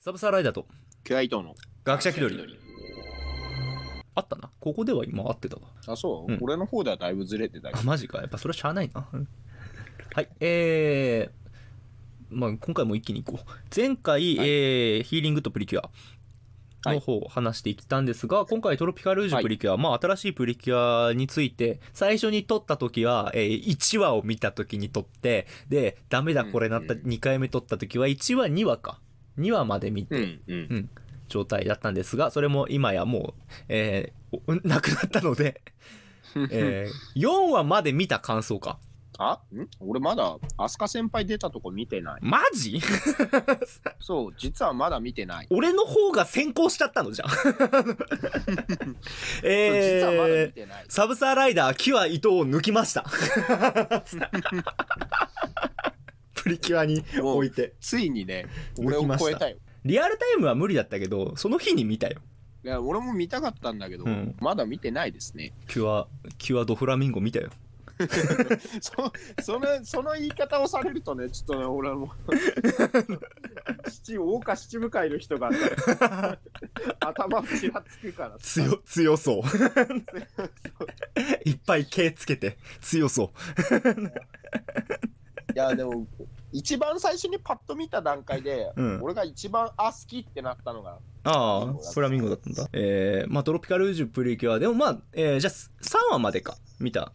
サブサーライダーとケアイトの。学者気取りあったなここでは今合ってたわあ、そう、うん俺の方ではだいぶずれてたけあど。マジかやっぱそれはしゃあないなはいえーまあ、今回も一気にいこう前回、はいえーヒーリングとプリキュアの方を話していったんですが、今回トロピカルージュはいプリキュア、まあ新しいプリキュアについて最初に撮った時は、えー1話を見た時に撮ってでダメだこれなったうんうんうん2回目撮った時は1話2話か2話まで見てうん、うん。状態だったんですがそれも今やもう、えーおなくなったの で、えー4話まで見た感想かあん俺まだ、アスカ先輩出たとこ見てない。マジそう、実はまだ見てない。俺の方が先行しちゃったの じゃんえそう実はまだ見ーて ない。サブサーライダーキュア伊藤を抜きま したプリキュアに置いてつい にね、俺抜きをま超しえたたよ。リアルタイムは無理だったけどその日に見たよいや、俺も見たかったんだけど、うんまだ見てないですね。 キュアキュアドフラミンゴ見たよそそのその言い方をされるとね、ちょっとね、俺はも う 七、大岡七部会の人がね、頭ちらつくからさ強強そう いっぱい毛つけて強そういや、でも、一番最初にパッと見た段階で、うん俺が一番、あ、好きってなったのが、ああ、フラミンゴだったんだ。えー、まあトロピカルージュプリキュア、でもまあ、えー、じゃあ3話までか、見た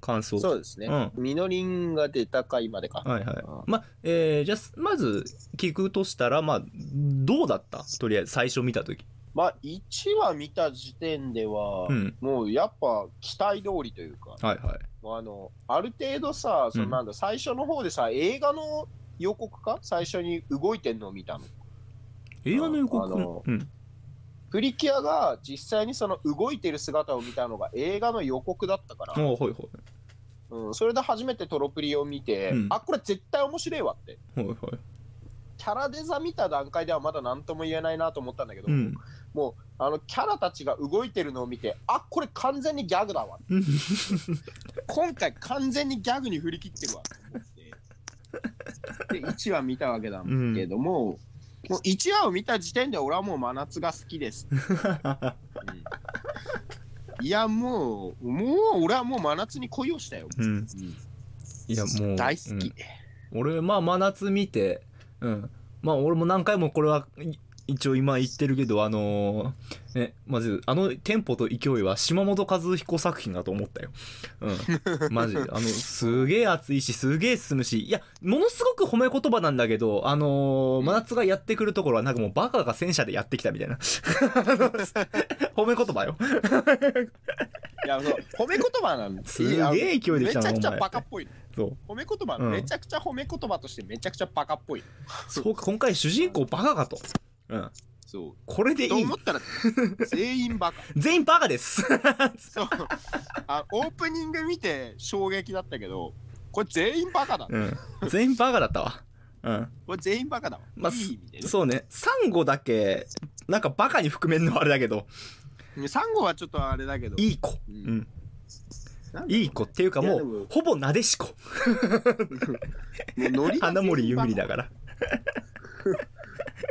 感想。そうですね、みのりんが出た回までか。はいはいあ。まあ、えー、じゃあ、まず聞くとしたら、まあ、どうだったとりあえず最初見たとき。まあ、1話見た時点では、うん。もうやっぱ期待通りというか、はいはい。あのある程度さ、そのうんなんだ最初の方でさ、映画の予告か、最初に動いてんのを見たの。映画の予告あのうん。プリキュアが実際にその動いてる姿を見たのが映画の予告だったから、おーほいほうん、それで初めてトロプリを見て、うんあこれ絶対面白いわって。い。ほいほい。キャラデザ見た段階ではまだ何とも言えないなと思ったんだけど、うん。あのキャラたちが動いてるのを見てあこれ完全にギャグだわうん今回完全にギャグに振り切ってる わと思ってで1話見たわけだけども、もう1話を見た時点で俺はもう真夏が好きです、うんいやもうもう俺はもう真夏に恋をしたよ、 うん。うんいや、もう。大好き、うん俺、まあ、真夏見て、うん。まあ、俺も何回もこれは、い一応今言ってるけど、あのーね、まず、あのテンポと勢いは島本和彦作品だと思ったよ。うん。マジで。あの、すげえ熱いし、すげえ進むし、いや、ものすごく褒め言葉なんだけど、あのー真夏がやってくるところはなんかもうバカが戦車でやってきたみたいな。 褒め言葉よ。いやそう褒め言葉なんですげえ勢いで来たなめちゃくちおゃ前バカっぽいそう。褒め言葉、うんめちゃくちゃ褒め言葉としてめちゃくちゃバカっぽいそうか、今回主人公バカかと。うん。そこれでういとい思。ったら全 員バカ全員バカです。そうあオープニング見て衝撃だったけどこれ全員バカだうん。全員バカだったわ。うん。これ全員バカだわ、まあいい意味でねそうね。サンゴだけ、なんかバカに含めんのはあれだけど、サンゴはちょっとあれだけどいい子。うん。いい子っていうかいもやでうも、ほぼなでしこ。もうノリが花森ゆみりだかがら。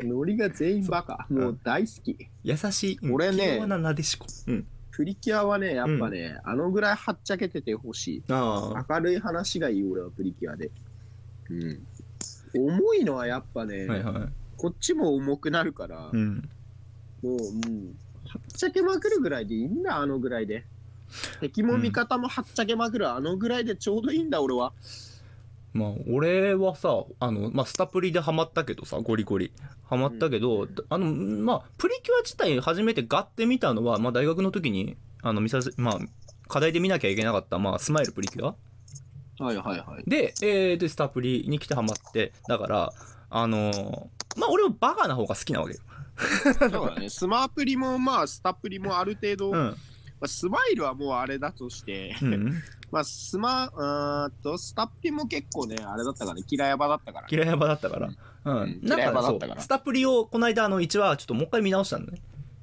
ノリが全員バカうもう大好き、優しい。うん俺ね器用ななでしこ。うん。プリキュアはねやっぱね、あのぐらいはっちゃけててほしいあ明るい話がいい俺はプリキュアでうん重いのはやっぱね、あ。はいはこっちも重くなるから、い。うん。もう、うん、はっちゃけまくるぐらいでいいんだ、あのぐらいで。敵も味方もはっちゃけまくる、あのぐらいでちょうどいいんだ、俺は。まあ、俺はさ、あの、まあ、スタプリでハマったけどさ、ゴリゴリ。ハマったけど、あの、まあ、プリキュア自体初めてガッて見たのは、まあ、大学の時に、あの、見させ、まあ、課題で見なきゃいけなかった、まあ、スマイルプリキュアはいはいはい。で、えーで、スタプリに来てハマって、だから、あのーまあ、俺はバカな方が好きなわけよ。そうだね、スマプリも、まあ、スタプリもある程度、うまん。あ、スマイルはもうあれだとして、うん。まあ、スマ、うーんと、スタプリも結構ね、あれだったから、キラヤバだったから。嫌いばだったから。うん。うんなん嫌いかばだそっうたからスタプリを、この間、あの、1話、ちょっともう一回見直したんだね。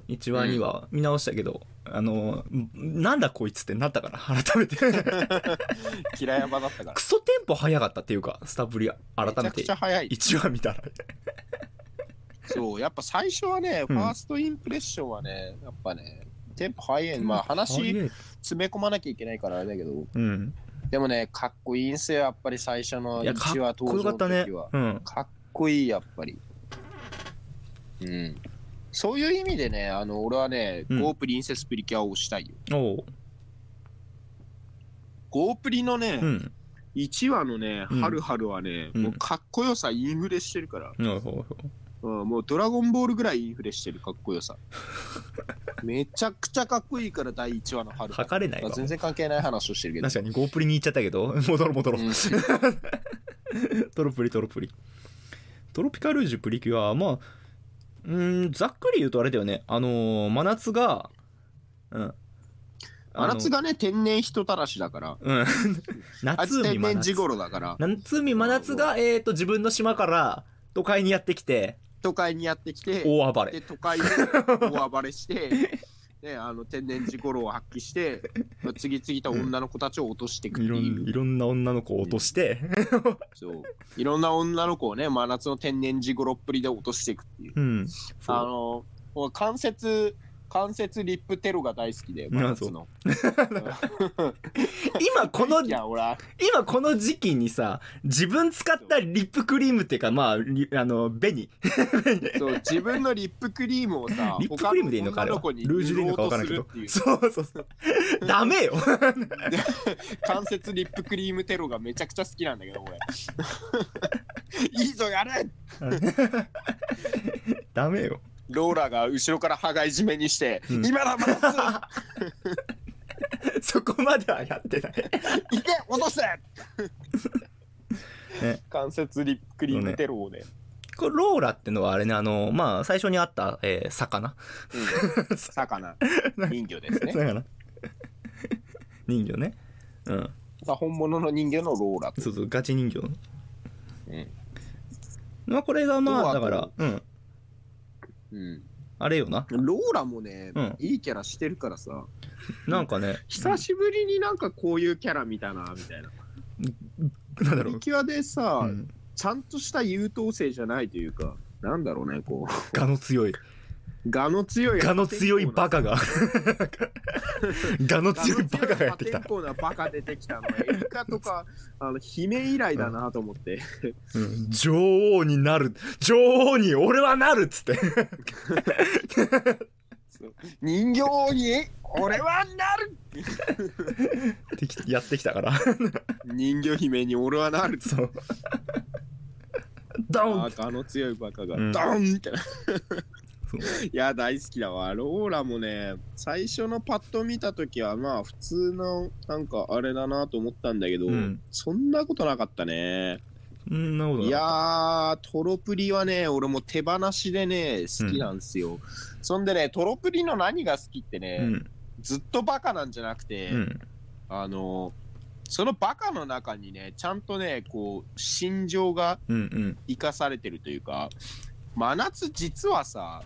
1話、うん2話、見直したけど、あのーなんだこいつってなったから、改 めて。キラヤバだったからク。ソテンポ早かったっていうか、スタプリ、改めちめゃくてちゃ早い。 1話見たら。そう、やっぱ最初はね、うんファーストインプレッションはね、やっぱね、テンポ早い。まああい話え詰め込まなきゃいけないからあれだけど、うんでもね、かっこいいんすよ、やっぱり最初のいやか1話っこ登よか場ったのね時は。うんかっこいい、やっぱり。うん。そういう意味でね、あの、俺はね、うんゴープリンセスプリキュアを推したいよ。おうゴープリのね、うん1話のね、うんハルハルはね、うんもうかっこよさインフレしてるから、なるほどうん、もうドラゴンボールぐらいインフレしてるかっこよ さ。めちゃくちゃかっこいいから、第1話のハルハル。測れないわ全然関係ない話をしてるけど。確かにゴープリに行っちゃったけど 戻ろう戻ろううんトロプリトロプリトロピカルージュプリキュアはまあうーんざっくり言うとあれだよねあのー真夏がうん真夏ががね、天然人たらしだから、うん あい夏つ海天真然地夏頃だから、夏海真夏がえっ、と自分の島から都会にやってきて都会にやってきて、大暴れで都会で大暴れ して、ね、あの天然地頃を発揮して、次々と女の子たちを落としていくっいてろいんう。いろんな女の子を落としてそういろんな女の子をね、真夏の天然地頃っぷりで落としていくっていう。うんそあうの、僕関節、関節リップテロが大好きで、真夏の。今 このいや、俺 は、今この時期にさ自分使ったリップクリームっていうかまあリあの紅そう、自分のリップクリームをさ、リップクリームでいいのかあれは他の女の子ルーにジュでいいのか分からんけ塗ろどうとするっていうそうそうそうダメ よ関節リップクリームテロがめちゃくちゃ好きなんだけど、俺。 いいぞ、やれダメよローラが後ろから羽がいじめにして、うん今だ、真夏そこまではやってない行け落とせ、 ね関節リップクリームテロをね。これローラってのはあれねあのまあ最初にあった、えー魚 うん魚、人魚ですね。魚人形ねうんまあ本物の人魚のローラと。そうそうガチ人形うんまあこれがまあだとかあとらうんうんあれよなローラもね、うんいいキャラしてるからさ、なんかね久しぶりになんかこういうキャラ見たな、みたいな。 なんだろプうリ、キュアでさ、うん、ちゃんとした優等生じゃないというか、なんだろうね、こう、ガの強い我の強い、ガの強いバカ がガの強いバカがやってきた結、構なバカ出てきたの。エリカとか、あの、姫以来だなと思って。うん女王になる女王に俺はなるっつ って人形に、俺はなるってきやってきたから 人魚姫に俺はなる。そう ドあンー我の強いバカが、うんドーンみたいなそう。いや、大好きだわ。ローラもね、最初のパッと見たときは、まあ、普通の、なんか、あれだなと思ったんだけど、うんそんなことなかったね。そんなことないいやー、トロプリはね、俺も手放しでね、好きなんですよ。そんでね、トロプリの何が好きってね、うんずっとバカなんじゃなくて、うんあの、そのバカの中にね、ちゃんとね、こう、心情がうんうん生かされてるというか真夏実はさ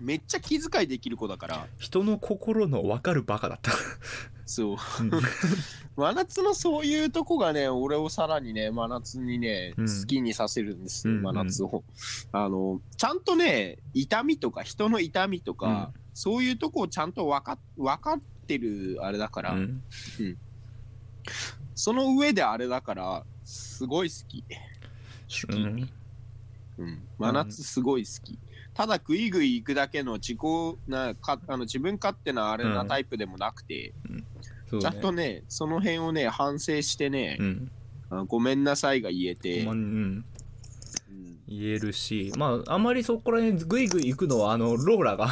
めっちゃ気遣いできる子だから人の心の分かるバカだったそううん 真夏のそういうとこがね俺をさらにね真夏にね、うん好きにさせるんですようんうん真夏を、あのちゃんとね痛みとか人の痛みとか、そういうとこをちゃんと分か分かってるあれだから、うんその上であれだからすごい好き好うき、んうん、真夏すごい好き。ただグイグイ行くだけの自己なかあの自分勝手なあれうなんタイプでもなくて、そうちゃだんねとねその辺をね反省してねう、んあごめんなさいが言えて、まあうんうん言えるしまああんまりそこら辺グイグイ行くのはあのローラが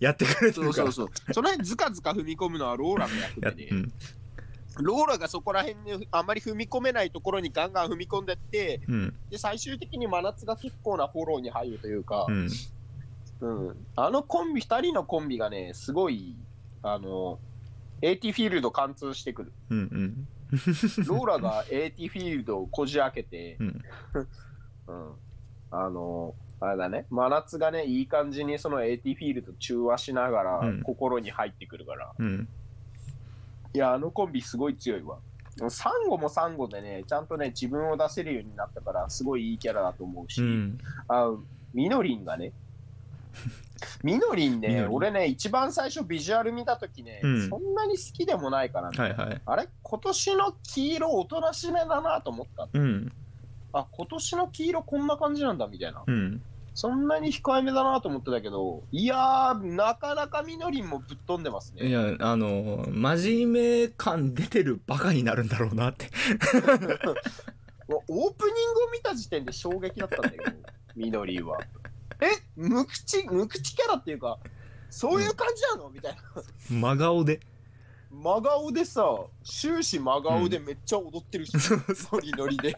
やってくれてそるうかそらうそうその辺ずかずか踏み込むのはローラの役や目っで、うんローラがそこら辺にあんまり踏み込めないところにガンガン踏み込んでってうんで最終的に真夏が結構なフォローに入るというか、うんうん、あのコンビ2人のコンビがねすごいあの AT フィールド貫通してくるうんうんローラが AT フィールドをこじ開けて、ううんんあのあれだね、真夏がね、いい感じにその AT フィールド中和しながらうん心に入ってくるから、うんいや、あのコンビすごい強いわ。サンゴもサンゴでね、ちゃんとね、自分を出せるようになったから、すごいいいキャラだと思うし、うんあみのりん がね。みのりんみのね、りん俺ね、一番最初ビジュアル見たときね、うんそんなに好きでもないから、ねはいはいあれ今年の黄色おとなしめだなと思った。うんあ、今年の黄色こんな感じなんだみたいな。うんそんなに控えめだなと思ってたけど、いやー、なかなかみのりんもぶっ飛んでますいね。やあの真面目感出てるバカになるんだろうなって もうオープニングを見た時点で衝撃だったんだけど、 みのりんは。え無口、無口キャラっていうか、そういう感じなのみたいな。真顔で真顔でさ、終始真顔でめっちゃ踊ってるし、 ノリノリで。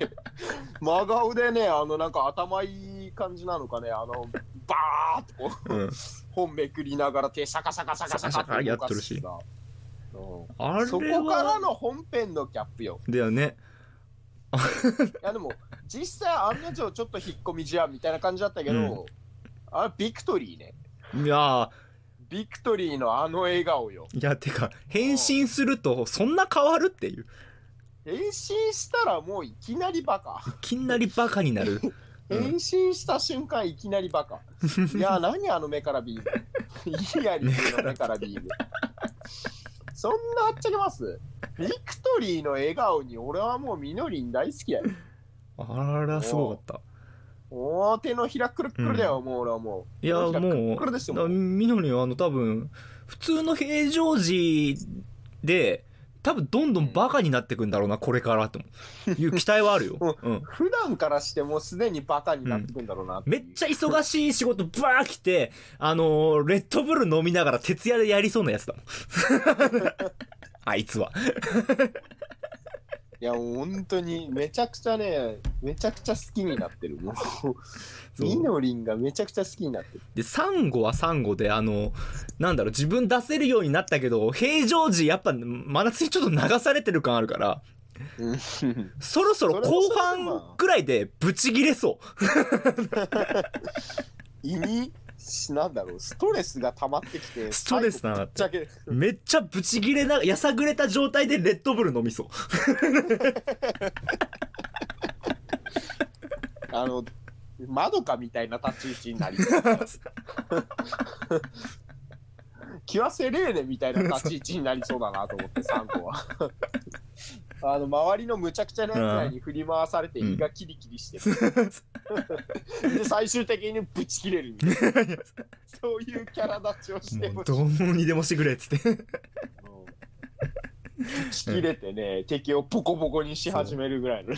真顔でね、あの、なんか頭いい感じなのかね、あの、バーってこう、うん本めくりながら手シャカシャカシャカシャカって動かすしさうんあれはそこからの本編のギャップよ。だよねいやでも実際案の定ちょっと引っ込みじゃみたいな感じだったけど、あビクトリーねいやビクトリーのあの笑顔よーいやてか変身するとそんな変わるっていう変身したらもういきなりバカいきなりバカにな るうん変身した瞬間いきなりバ カ、いや何あの目から ビームいいやりの目からビームそんなはっちゃけますビクトリーの笑顔に俺はもうみのりん大好きやよあらすごかったおー手のひらくるっくるだよ、もう俺はもういや手のひらくるもっくるですよもううみのりはあの多分普通の平常時で多分どんどんバカになってくんだろうなこれからという期待はあ るよ、うん、普段からしてもうすでにバカになってくんだろうなっていめうっちゃ忙しい仕事バー来てあのーレッドブル飲みながら徹夜でやりそうなやつだもん あいつはいやもう本当にめちゃくちゃねめちゃくちゃ好きになってるもうそうみのりんがめちゃくちゃ好きになってるでサンゴはサンゴであのなんだろう自分出せるようになったけど平常時やっぱ真夏にちょっと流されてる感あるからうんそろそろ後それもそれでま半あくらいでブチギレそう胃にしなんだろうストレスが溜まってきてストレス溜まって最後ぶっちゃけめっちゃブチギレなやさぐれた状態でレッドブル飲み そうあのまどかみたいな立ち位置になりキワセレーネみたいな立ち位置になりそうだなと 思ってサンゴはあの周りのむちゃくちゃなやつらに振り回されてうん胃がキリキリしてる、 で最終的にブチ切れるみたいなそういうキャラ立ちをしてもほうしいどうにでもしてくれっつ ってうん打ち切れてね、敵をポコポコにし始めるぐらいの。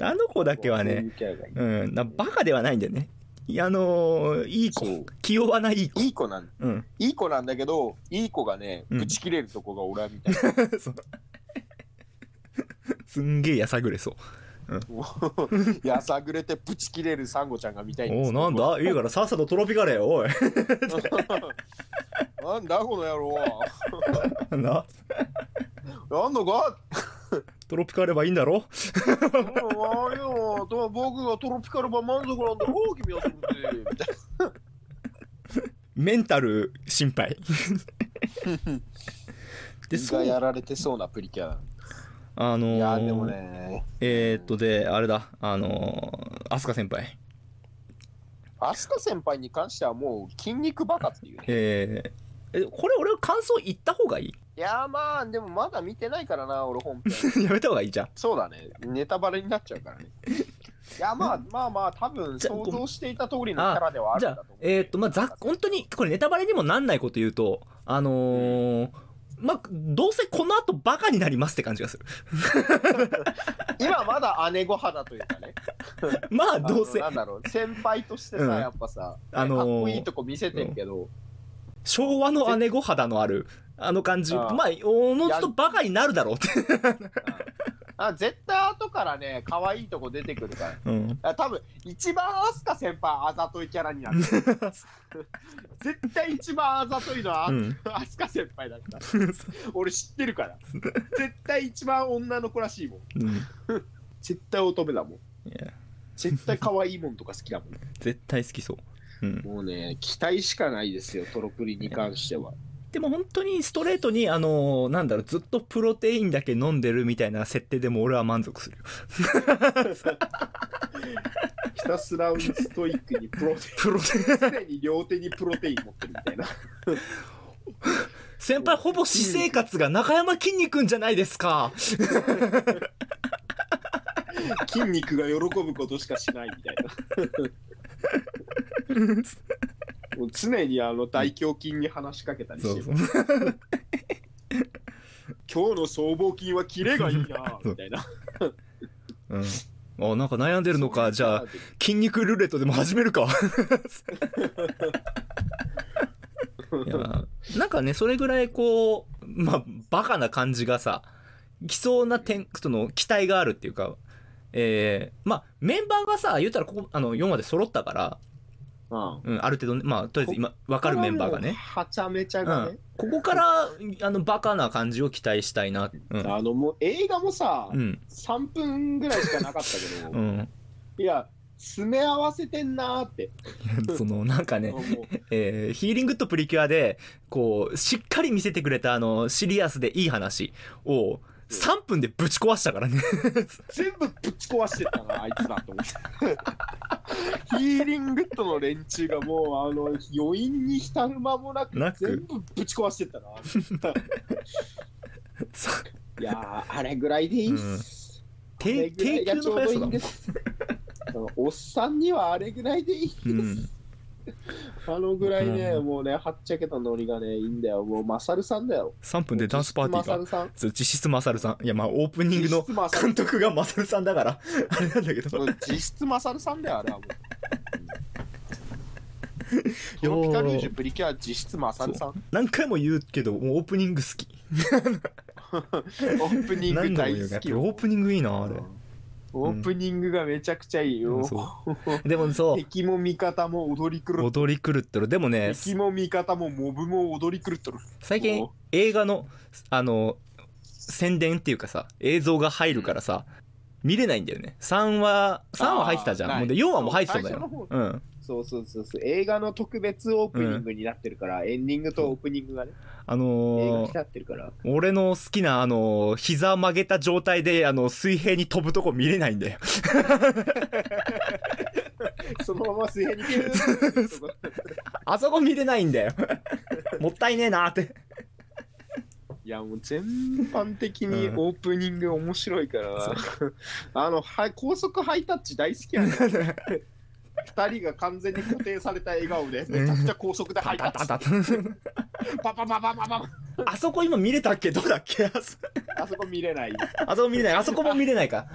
あの子だけはね、そういうキャラがいい。うん、なバカではないんだよねいやあのーいいそう子気弱ないい子いい子なんうんいい子なんだけど、いい子がね、うん打ち切れるとこが俺はみたいな。そうすんげえやさぐれそうも うやさぐれてぶち切れるサンゴちゃんが見たいおおなんだいいからさっさとトロピカレーおい なんだこの野郎ななんだかトロピカレーはいいんだろもうあれよと僕がトロピカル版満足なんだろう君はそれでみたいメンタル心 配でなそ胃がやうられてそうなプリキュアあのーいやでもねえー、っとであれだあのー、飛鳥先輩アスカ先輩に関してはもう筋肉バカっていうね。えーえこれ俺感想言った方がい いやーまあでもまだ見てないからな俺本編。いやめた方がいいじゃんそうだねネタバレになっちゃうからね。いやまあまあまあ多分じゃあ想ごめ像していた通りのキャラではあじるんゃだとあ思う。えー、っとまあざっ本当にこれネタバレにもなんないこと言うとあのーまあどうせこの後バカになりますって感じがする 今まだ姉御肌というかね。まああのどうせなんだろう先輩としてさ、うんやっぱさ、あのーかっこいいとこ見せてるけど、昭和の姉御肌のあるあの感じああまあおのずとバカになるだろうって、ああ絶対後からね可愛いとこ出てくるかうら。ん、あ多分一番アスカ先輩あざといキャラになる 絶対一番あざといのは、うんアスカ先輩 だから俺知ってるから絶対一番女の子らしいもんうん絶対乙女だもんいや絶対可愛いもんとか好きだもん絶対好きそう、うん、もうね期待しかないですよトロプリに関してはでも本当にストレートに、あのーなんだろう、ずっとプロテインだけ飲んでるみたいな設定でも俺は満足するよ。ひたすらストイックにプロテインプロテイン。常に両手にプロテイン持ってるみたいな 先輩ほぼ私生活が中山きんに君じゃないですか。筋肉が喜ぶことしかしないみたい なもう常にあの大胸筋に話しかけたりしてそうるそう。今日の僧帽筋はキレがいいなみたいなうん。あ、なんか悩んでるのか。じゃあ、筋肉ルーレットでも始めるか。いやなんかねそれぐらいこうまあバカな感じがさ来そうな点その期待があるっていうかえーまあメンバーがさ言ったらここあの4話で揃ったから、うんうん、ある程度ねまあとりあえず今分かるメンバーがねはちゃめちゃがね、ここからあのバカな感じを期待したいなうんあのもう映画もさ、うん3分ぐらいしかなかったけど、 うんいや詰め合わせてんなーって、そのなんかねもうえーヒーリングとプリキュアでこうしっかり見せてくれたあのシリアスでいい話を3分でぶち壊したから ね全部ぶち壊してった なあいつらと思ってヒーリングッドの連中がもうあの余韻に浸る間もなくなく全部ぶち壊し てったなさいやーあれぐらいでいいっす、あれ低ぐ低級 らいがのちょう速どいさいだもんんですそのおっさんにはあれぐらいでいいです、うんあのぐらいね、うんもうね、はっちゃけたノリがね、いいんだよ。もう、マサルさんだよ。 3分でダンスパーティーマサがルさん。そう実質マサルさんいやまあオープニングの実質マサル監督がマサルさんだからあれなんだけど実質マサルさんだよ、あ れはもう。トよーロピカルージュプリキュア実質マサルさん。何回も言うけどもうオープニング好きオープニング何度も大言うがやっぱ好りきオープニングいいなあれオープニングがめちゃくちゃいいよ。うんそでも そう敵も味方も踊り狂っ踊り狂ってるでもね敵も味方もモブも踊り狂っとる。最近も映画のあの宣伝っていうかさ映像が入るからさ見れないんだよね3話3話入ってたじゃあーんないもうで4話も入ってたんだそう最よ初うんそうそうそうそう。映画の特別オープニングになってるから、エンディングとオープニングがね、あ映の画にーなって るから。俺の好きなあのー膝曲げた状態であの水平に飛ぶとこ見れないんだよ そのまま水平にピューッとこあそこ見れないんだよ もったいねえなっていやもう全般的にうんオープニング面白いから、そあのは高速ハイタッチ大好きや ね二人が完全に固定された笑顔でめちゃくちゃ高速でハイタッチ パパパパパパあそこ今見れたっけどうだっけ あそあそこ見れないあそこ見れないあそこも見れないか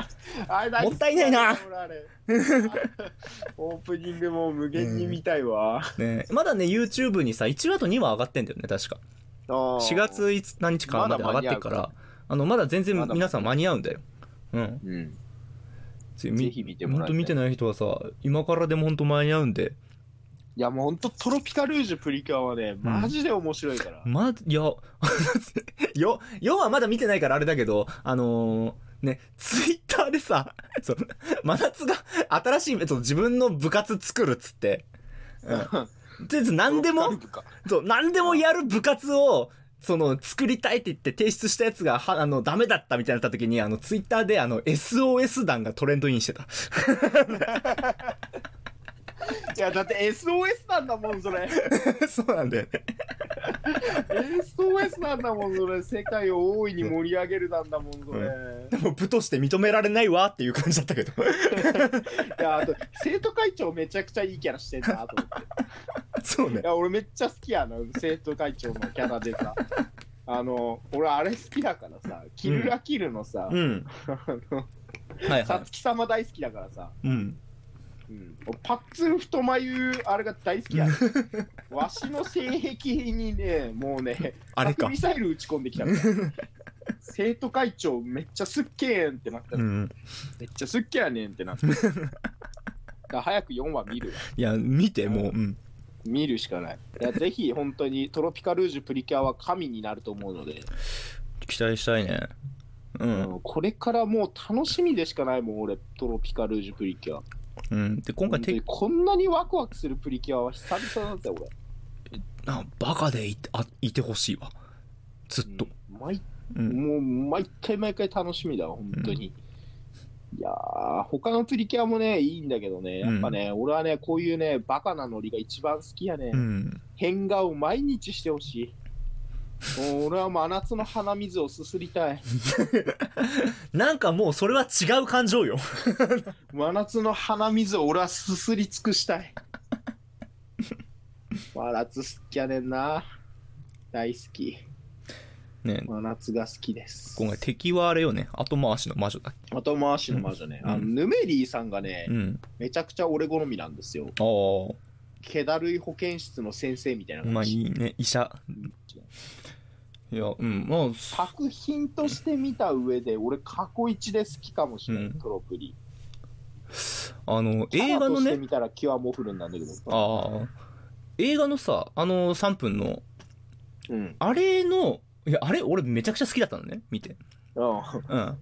あれ大好きもったいないな俺あれオープニングも無限に見たいわ、ねえまだね YouTube にさ1話と2話上がってんだよね確かあー4月いつ何日かまで上がってるからまだ間に合うあのまだ全ま然だ皆さん間に合うんだようんうんぜぜひ見てもほんらいとたい見てない人はさ今からでもほんと間に合うんでいやもうほんとトロピカルージュプリキュアはねマジで面白いから、まいや よ要はまだ見てないからあれだけどあのーねツイッターでさ そう真夏が新しいそう自分の部活作るっつって、うん、とりあえず何でトもロピカル部かそう何でもやる部活をその作りたいって言って提出したやつがはあのダメだったみたいになった時にあのツイッターであの SOS 団がトレンドインしてたいやだって SOS なんだもんそれ そうなんだよね SOS なんだもんそれ世界を大いに盛り上げるなんだもんそれ、うでも部として認められないわっていう感じだったけどいやあと生徒会長めちゃくちゃいいキャラしてんなと思っ てそうねいや俺めっちゃ好きやな生徒会長のキャラでさあの俺あれ好きだからさキルラキルのさ、うんあのはいはさいつき様大好きだからさ、うんうん、俺パッツン太眉あれが大好きやね わしの性癖にねもうねあれかミサイル撃ち込んで きたから生徒会長めっちゃすっげえんってなった、うんめっちゃすっげえやねんって なっただから早く4話見るわいや見てもううん見るしかないいやぜひ本当にトロピカルージュプリキュアは神になると思うので、期待したいねう、うんんこれからもう楽しみでしかないもん俺トロピカルージュプリキュアうん、で今回本当てにこんなにワクワクするプリキュアは久々なんだよなバカでいてあいてほしいわずっと、毎うんもう毎回毎回楽しみだわ、本当に。いやー、他のプリキュアもね、いいんだけどね、やっぱね、俺はね、こういうね、バカなノリが一番好きやね。うん、変顔毎日してほしい。もう俺は真夏の鼻水をすすりたい。なんかもうそれは違う感情よ真夏の鼻水を俺はすすり尽くしたい。真夏好きやねんな。大好き。ね真夏が好きです。今回敵はあれよね後回しの魔女だっけ後回しの魔女ね。うんあのヌメリーさんがね、うんめちゃくちゃ俺好みなんですよ。ああ気だるい保健室の先生みたいなまあ感じ。いいね医者いやうんまあす作品として見た上で、俺過去一で好きかもしれない、うんプロプリ。あの映画のカバーとしてね見たらキュアモフルンなんだけど。ああ映画のさあの3分のうん。あれのいやあれ俺めちゃくちゃ好きだったのね見てうん。うんい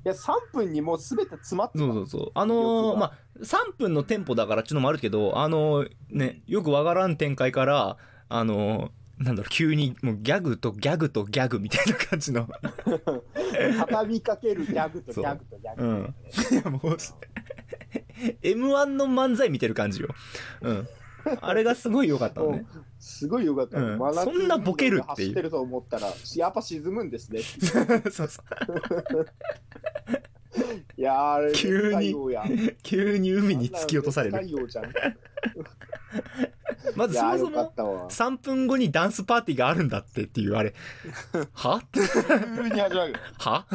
や、3分にもう全て詰まってたそうそうそうあの欲ーがまあ3分のテンポだからっていうのもあるけどあのーねよくわからん展開からあのーなんだろう急にもうギャグとギャグとギャグみたいな感じの畳みかけるギャグとギそうャグとギャグ、うんいやもう m 1の漫才見てる感じようんあれがすごい良かったのねすごいよかった、うん真夏そんなボケるっていう走ってると思ったらやっぱ沈むんですねそう そういやーあれ急に熱帯魚や急に海に突き落とされあんるな熱帯魚じゃんまずいそやもーそよかっも たわ3分後にダンスパーティーがあるんだってっていうあれはって急に始まるは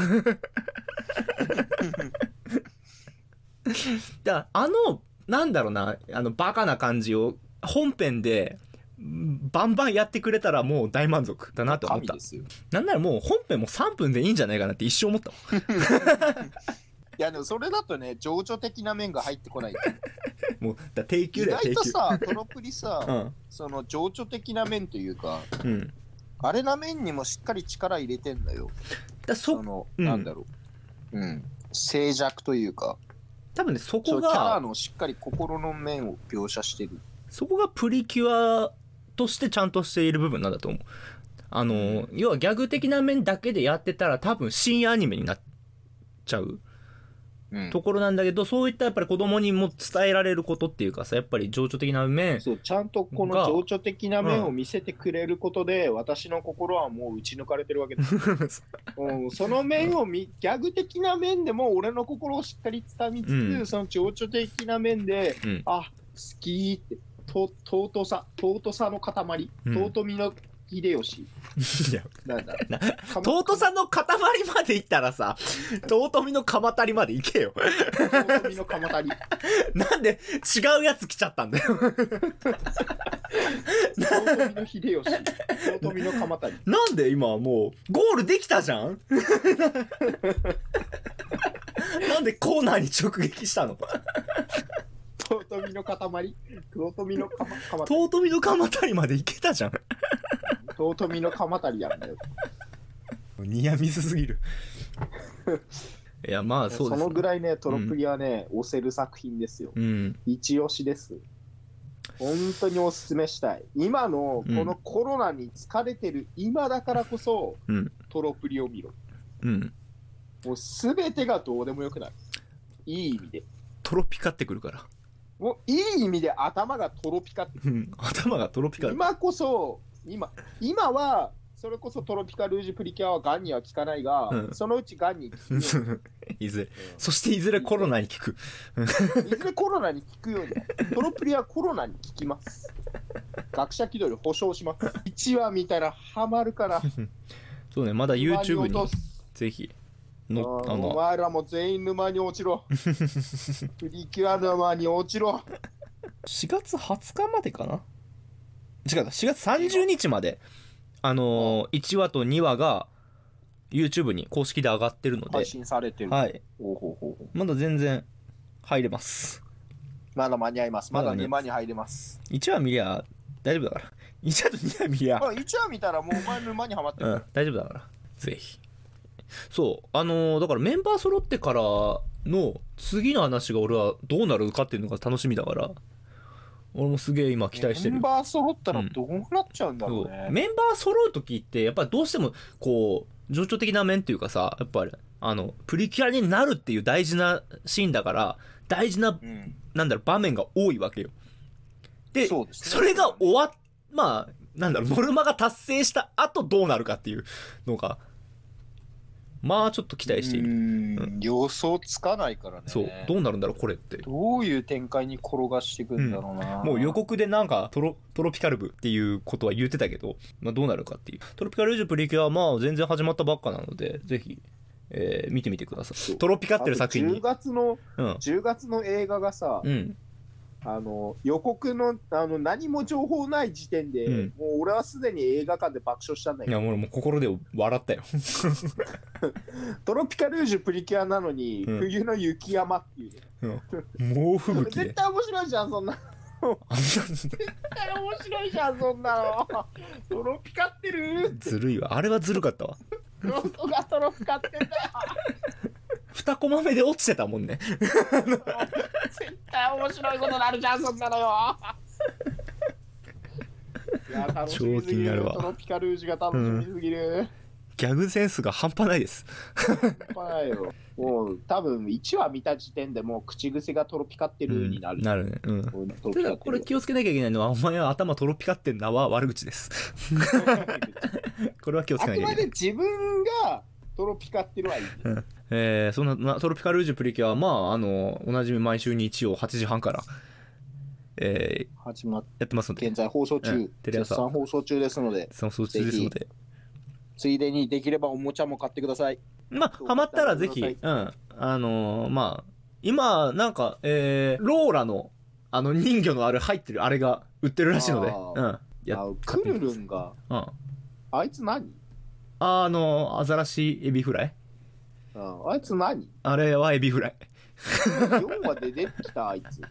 だからあのなんだろうなあのバカな感じを本編でうんバンバンやってくれたらもう大満足だなと思っ神たですよなんならもう本編も3分でいいんじゃないかなって一生思ったもんいやでもそれだとね情緒的な面が入って こない もうだから定意休だよ外定と休さトロプリさ、うんその情緒的な面というかうんだかあれな面にもしっかり力入れてんだよらそその、うんなんだろう、うん、静寂というか、多分ねそそこうキャラがのしっかり心の面を描写してる。そこがプリキュアとしてちゃんとしている部分なんだと思うあの要はギャグ的な面だけでやってたら多分深夜アニメになっちゃううん、ところなんだけどそういったやっぱり子供にも伝えられることっていうかさやっぱり情緒的な 面そうちゃんとこのが情緒的な面を見せてくれることで、私の心はもう打ち抜かれてるわけ です、うん、その面を見ギャグ的な面でも俺の心をしっかりつかみつつ、うんその情緒的な面で、うんあ好きってと尊さ尊さの塊、うん尊みの秀吉 いやなんだ なかも尊さの塊までいったらさ尊みの鎌足りまでいけよ 尊みの塊なんで違うやつ来ちゃったんだよ 豊臣の 秀吉、豊臣の鎌谷。なんで今もうゴールできたじゃん なんでコーナーに直撃したの豊臣の塊、豊臣の鎌鎌谷。尊みの鎌足りまでいけたじゃん豊臣の鎌谷やんだよ。ニアミスすぎるいやまあそそうですのねぐらいね、トロプリはね、押せる作品ですよ。うん一押しです。本当におすすめしたい。今のこのコロナに疲れてる今だからこそ、うんトロプリを見ろ。うんもうすべてがどうでもよくなる。いい意味で。トロピカってくるからもういい意味で頭がトロピカってうん頭がトロピカル今こそ今今はそれこそトロピカルージュプリキュアはガンには効かないが、うんそのうちガンに効くように、 いずれそしていずれコロナに効くうんいずれコロナに効くようになるトロプリはコロナに効きます学者気取り保証します1話見たらハマるからそうねまだ沼 YouTube 落とにすぜひうんのあおの前らも全員沼に落 ちろプリキュア沼に落ちろ4月20日までかな違うか4月30日まであのー、1話と2話が YouTube に公式で上がってるので、配信されてる、はい、おうほうほうほうまだ全然入れますまだ間に合いますままだだね沼に入れます、 1話見りゃ大丈夫だから1話と2話見りゃまあ、1話見たらもうお前沼にはまってる、うん、大丈夫だからぜひそうあのーだからメンバー揃ってからの次の話が俺はどうなるかっていうのが楽しみだから俺もすげえ今期待してメるンバー揃ったらどうなっちゃうんだろうそうね。メンバー揃う時ってやっぱりどうしてもこう情緒的な面っていうかさやっぱりあのプリキュアになるっていう大事なシーンだから大事なうん。なんだろう場面が多いわけよでそうですねそれが終わっまあなんだろうノルマが達成した後どうなるかっていうのがまあちょっと期待している、うん予想つかないからね。そうどうなるんだろうこれってどういう展開に転がしていくんだろうな。もう予告でなんかトロトロピカル部っていうことは言ってたけど、まあ、どうなるかっていうトロピカルジュプリキュアはまあ全然始まったばっかなのでぜひ、えー見てみてくださそういトロピカってる作品あと10に月の、うん、 10月の映画がさ、うん、あの予告のあの何も情報ない時点で、うんもう俺はすでに映画館で爆笑したんだいけやど、もうもう心で笑ったよトロピカルージュプリキュアなのに、うん冬の雪山っていうね。猛吹雪絶で対面白いじゃん、そん な。あんな絶対面白いじゃん、そんなの。 トロピカってるずるいわあれはずるかったわロトがトロピカってんだよ。 2コマ目で落ちてたもんね絶対面白いことなるじゃん、そんなのよ。いや、楽しみす超気ぎになるるわトロピカルージュが楽しみすぎる。ギャグセンスが半端ないですはいよ。もう多分1話見た時点でもう口癖がトロピカってるになる。なるねうんこういうのトロたピカだってこるれ気をつけなきゃいけないのはお前は頭トロピカってんなは悪口ですこれは気をつあけなきくゃいけなまいで自分がトロピカってるはいい。えーそんななトロピカルージュプリキュアはまああのおなじみ毎週日曜8時半から、えー始まっやってますので現在放送う中ん、テレ絶朝賛放送中ですので、その通知ですのでついでにできればおもちゃも買ってください。まあハマったらぜひごう覧んあのーまあ今なんか、えーローラのあの人魚のあれ入ってるあれが売ってるらしいのであうーんやあっのクルルンが、うんああいつ何ーあのアザラシエビフライうんあいつ何あれはエビフライ ?4 話で出てきたあいつ。だ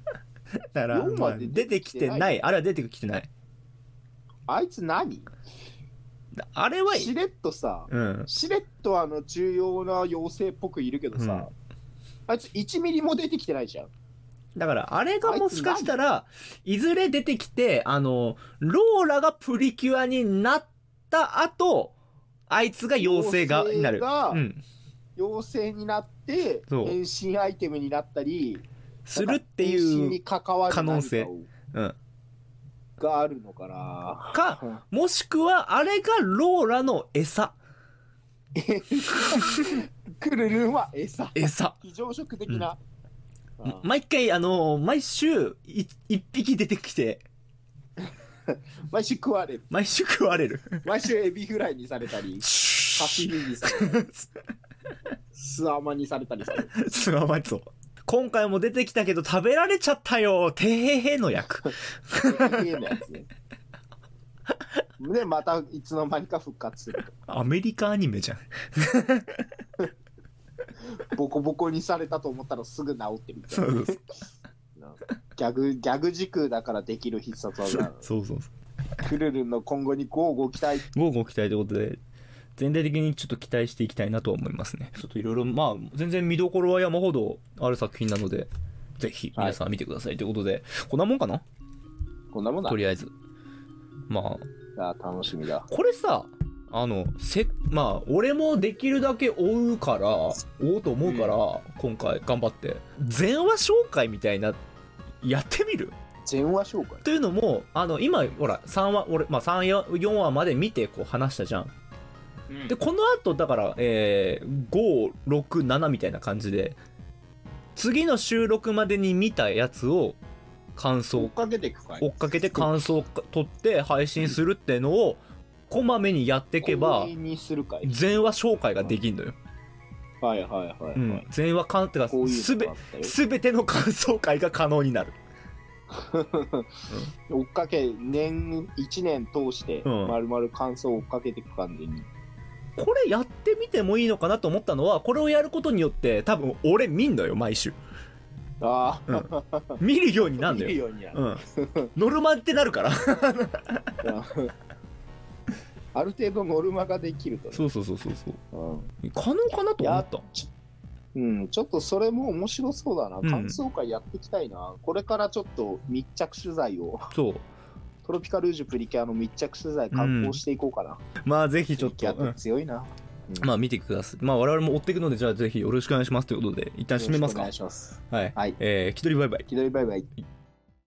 から四ままあで出てきてないあれは出てきてないあいつ何あれはしれっとさ、うんしれっとあの重要な妖精っぽくいるけどさ、うんあいつ1ミリも出てきてないじゃん。だから、あれがもしかしたら、いずれ出てきて、あの、ローラがプリキュアになった後、あいつが妖精が、になる。妖精がうん。妖精になってそう変身アイテムになったりするってなんか変身いうに、関わる可能性何かをうん。があるのかな。か、もしくは、あれがローラの餌。クルルンは餌餌。非常食的な。ああ毎回、あの、毎週、い一匹出てきて、毎週食われる。毎週食われる。毎週エビフライにされたり、カ シミにされ たり、スアマにされたりされる。すごいぞ。今回も出てきたけど、食べられちゃったよ。てへへの役。 ゲームのやつね。で、またいつの間にか復活すると。アメリカアニメじゃん。ボコボコにされたと思ったらすぐ治ってみたそいうそうそう。な。ギャグ、ギャグ時空だからできる必殺技なの。そうそうそう。クルルンの今後に豪語期待。豪語期待ということで全体的にちょっと期待していきたいなとは思いますねちょっといろいろまあ全然見どころは山ほどある作品なのでぜひ皆さん見てくださいということで、こんなもんかなこんなもんだと。りあえずまああー楽しみだ。これさあのせまあ俺もできるだけ追うから追おうと思うから、今回頑張って全話紹介みたいなやってみる全話紹介。というのもあの今ほら3話俺、まあ、34話まで見てこう話したじゃんでこの後だから、えー、567みたいな感じで次の収録までに見たやつを感追っ想かけていくかい。追っかけて感想を取って配信するってのをこまめにやっていけば公演にするかい。全話紹介ができんのよ、はいはいはうい、はんい。、全話感ってかこういすうのべがあったよ。全ての感想会が可能になる追っかけ、年、1年通して、うんまるまる感想を追っかけていく感じに。これやってみてもいいのかなと思ったのはこれをやることによって多分俺見んのよ毎週ああ、見るようになるの見るよ、ようになる。うん、ノルマってなる からある程度ノルマができるとね、そうそうそうそうそううん可能かなと思ったちうん、ちょっとそれも面白そうだな。うん感想会やっていきたいな。これからちょっと密着取材を、 そうトロピカルージュプリキュアの密着取材観光していこうかな。まあぜひちょっプリキと、ュアって強いな。まあ見てくださいまあ我々も追っていくのでじゃあぜひよろしくお願いしますということで一旦締めますかよろしくお願いします。はい、はい。えー、気取りバイバイ気取りバイバイ。